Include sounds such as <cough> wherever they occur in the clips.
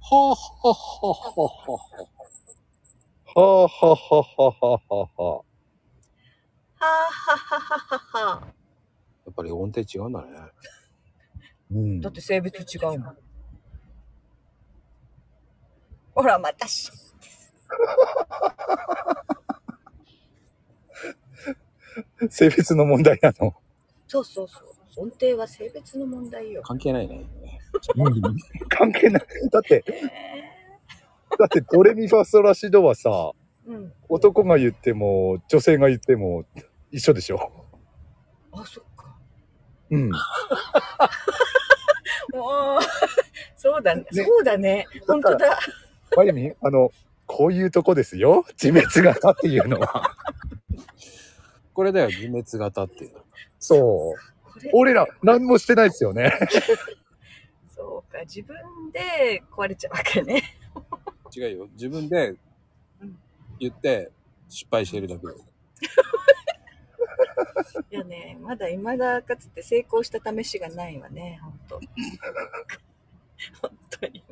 ほほほほほ。ほうほうほうほうほうほうほはあはあはあはあはやあ。っぱり音程違うんだね。うんだっ。て性別違うもん。ほら、またし。う性別の問題なの。そうそうそう。音程は性別の問題よ。関係ないね。 <laughs> 関係ない。だって、だってドレミファソラシドはさ、うん。男が言っても、女性が言っても、一緒でしょ。あ、そっか。うん。だおー <laughs> そうだねねそうだね。本か当ら、だ。まゆみん、あの、こういうとこですよ。自滅型っていうのは。これだよ、自滅型っていうの。そう。これ俺ら、何もしてないですよね。そうか。自分で壊れちゃうわけね。違うよ。自分でうん言って失敗してるだけだよ。 <laughs> いやね、まだ未だかつて成功した試しがないわね。本当。 <laughs> 本当に。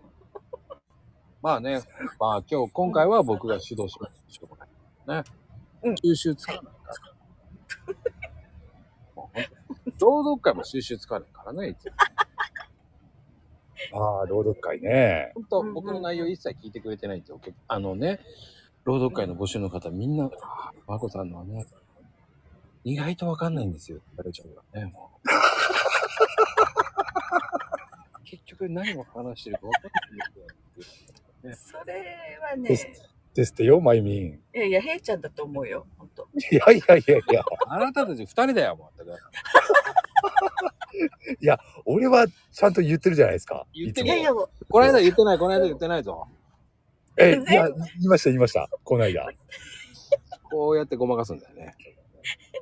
まあね、まあ今日、今回は僕が指導します。しょうがない。ね。うん収集つかないから。 <laughs> もう本当朗読会も収集つかないからね、いつも。ああ、朗読会ね。本当、僕の内容一切聞いてくれてないんですよ。結あのね、朗読会の募集の方、みんな、あー和子さんのはね、意外とわかんないんですよ、言われちゃう <laughs> からね、もう。結局何を話してるかわかんないんですよ。それはねで、すですってよ、まゆみん。いいやいや、へいちゃんだと思うよ。本当。やいやいやいや、あなたたち二人だよ、もう。だから俺はちゃんと言ってるじゃないですか。言っているいつもやいや、もこの間言ってない、この間言ってないぞ。え、いや、言いました、言いました。こないだ。こうやってごまかすんだよね。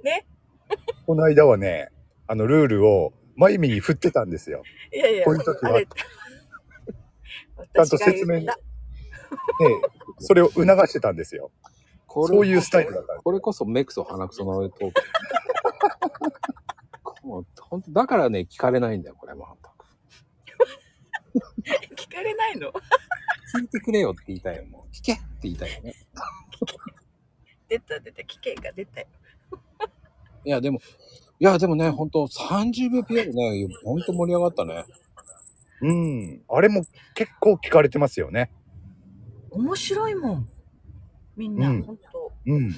うね。この間はね、あの、ルールを、まゆみに振ってたんですよ。いやいや、こういう時はあれ。 <laughs> ゃんと説私が言明ったね、それを促してたんです <laughs> よ。これそういうスタイルだから。これこそメクソ鼻くそのトー <laughs> ク。もう本当だからね、聞かれないんだよ、これも。聞かれないの聞いてくれよって言いたいよ、もう。聞けって言いたいよね。出た出た、危険が出たよ。いや、でも、いや、でもね、本当30秒 PR ね、本当盛り上がったね。うん。あれも結構聞かれてますよね。面白いもん。みんな、うん本当うん。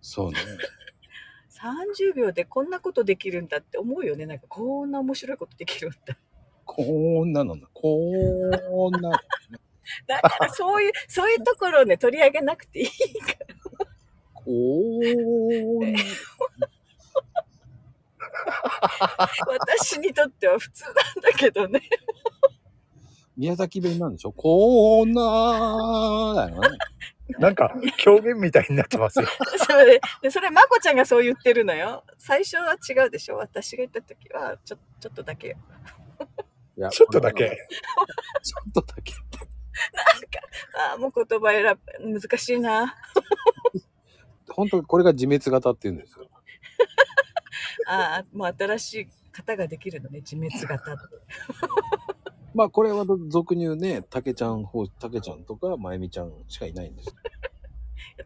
そうね。 30秒でこんなことできるんだって思うよね。なんか、こんな面白いことできるんだ。こんなのな、こんな。だから、 <laughs> そういう、そういうところをね、取り上げなくていい。こんな。私にとっては普通なんだけどね。 <laughs> 宮崎弁なんでしょこんな。だよね。なんか、狂言みたいになってます <laughs> よ。それで、それ、まこちゃんがそう言ってるのよ。最初は違うでしょ私が言った時は、ちょ、ちょっとだけよ。いやちょっとだけ。ちょっとだけ。ああ、もう言葉選ぶ、難しいな。本当これが自滅型って言うんですよ。ああ、もう新しい型ができるのね、自滅型って。まあこれは俗に言うね、たけちゃん方、たけちゃんとかまゆみちゃんしかいないんですよ。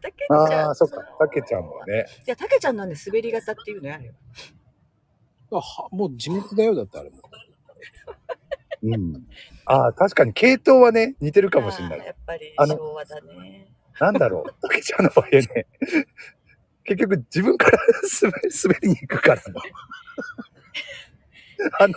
たけちゃあんあ、。そっか。たけちゃんもね。いや、たけちゃんなんで滑り型っていうのやるよ。あはもう自滅だよ、だってあれも。うん。ああ、確かに系統はね、似てるかもしれなあーい。やっぱりあの昭和だね。なんだろ <laughs> う。たけちゃんの場合ね。結局自分から <laughs> 滑滑りに行くからな。あの、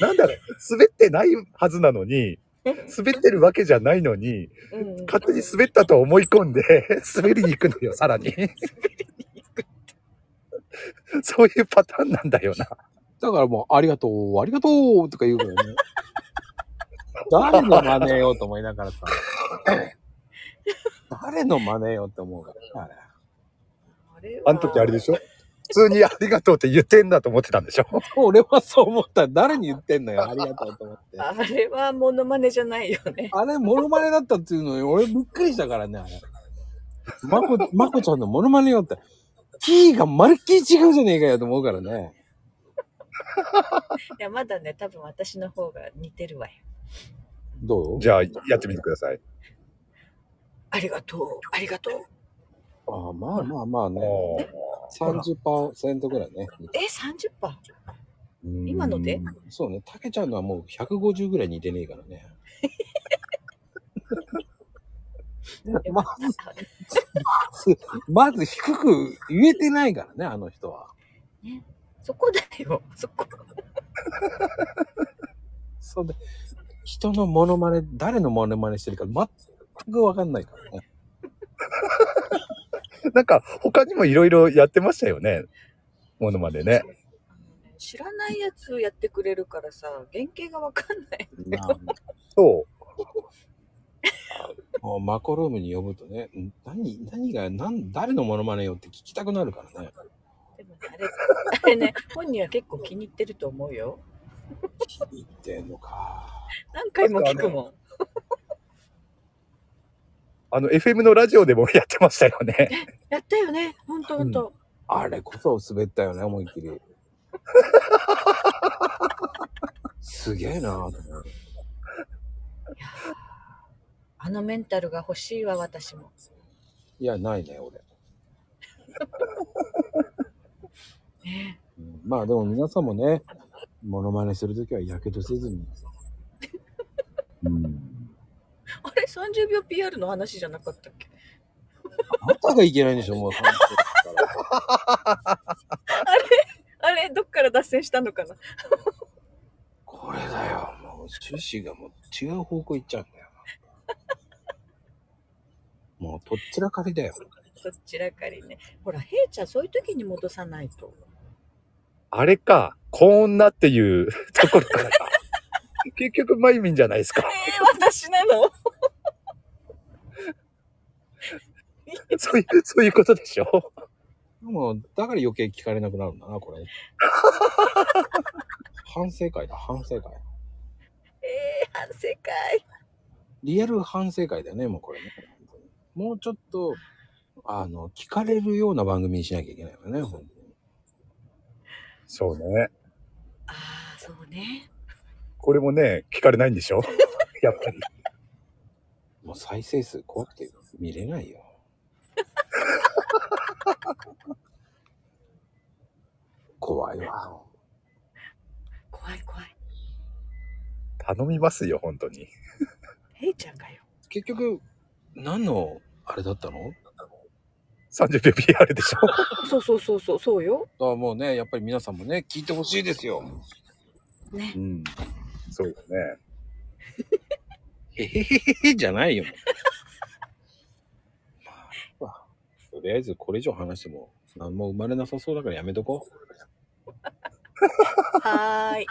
なんだろう。滑ってないはずなのに、滑ってるわけじゃないのに、うん、勝手に滑ったと思い込んで <laughs> 滑りに行くのよさらにそういうパターンなんだよなだからもう、ありがとう、ありがとうとか言うから <laughs> ね。誰の真似よと思いながらさ。誰の真似よって思うからね、ああれあの時あれでしょ普通に「ありがとう」って言ってんだと思ってたんでしょれ。俺はそう思った。誰に言ってんのよ、ありがとうと思って。あれはモノマネじゃないよね。あれ、モノマネだったっていうのに、俺びっくりしたからね、あれ。まこ、まこちゃんのモノマネよって、キーがまるっきり違うじゃねえかよと思うからね。いや、まだね、多分私の方が似てるわよ。どうじゃあ、やってみてください。ありがとう、ありがとう。ああまあまあまああね。ー30%ぐらいね。え、30%? 今のでうんそうね。たけちゃんのはもう150ぐらい似てねえから <laughs> ね。まず、まず低く言えてないからね、あの人は。そこだよ、そこ。そうで、人のモノマネ、誰のモノマネしてるか全くわかんないからね。なんか、他にもいろいろやってましたよね。ものまでね。知らないやつやってくれるからさ、原型がわかんない。まあ、そう。もうマコルームに呼ぶとね、ん何、何が、何、誰のモノマネよって聞きたくなるからね。でもねあれ、あれね、本人は結構気に入ってると思うよ。言ってんのか。何回も聞くもん。あの、FM のラジオでもやってましたよね。やったよね、ほんとほんと。あれこそ滑ったよね、思いっき <laughs> り。すげえなぁと思って。あのメンタルが欲しいわ、私も。いや、ないね、俺。ねうんまあでも皆さんもね、モノマネするときはやけどせずに。うん。あれ、30秒 PR の話じゃなかったっけあなたがいけないんでしょ、もう。あれ、どっから脱線したのかなこれだよ、もう趣旨がもう違う方向行っちゃうんだよな。もうとっちらかりだよ。どちらかにね。ほら、ヘイちゃん、そういう時に戻さないと。あれか、こんなっていう <laughs> ところから。結局、まゆみんじゃないですかえ。ー、私なのそういう、そういうことでしょ。もう、だから余計聞かれなくなるんだな、これ。反省会だ、反省会。えー、反省会。リアル反省会だよね、もうこれね。もうちょっと、あの、聞かれるような番組にしなきゃいけないよね、本当に。そうね。ああ、そうね。これもね、聞かれないんでしょ。 <laughs> やっぱり。もう再生数怖くて見れない <laughs> よ。怖いわ。怖い怖い。頼みますよ、本当に。ヘイちゃんがよ。結局、何の、あれだったの30秒 PR でしょ。そうそうそうそう、そうよ。あもうね、やっぱり皆さんもね、聞いてほしいですよ。ね。うん。そうだね。へへへへへじゃないよ。 <laughs> まあ、とりあえずこれ以上話しても何も生まれなさそうだからやめとこう。はーい。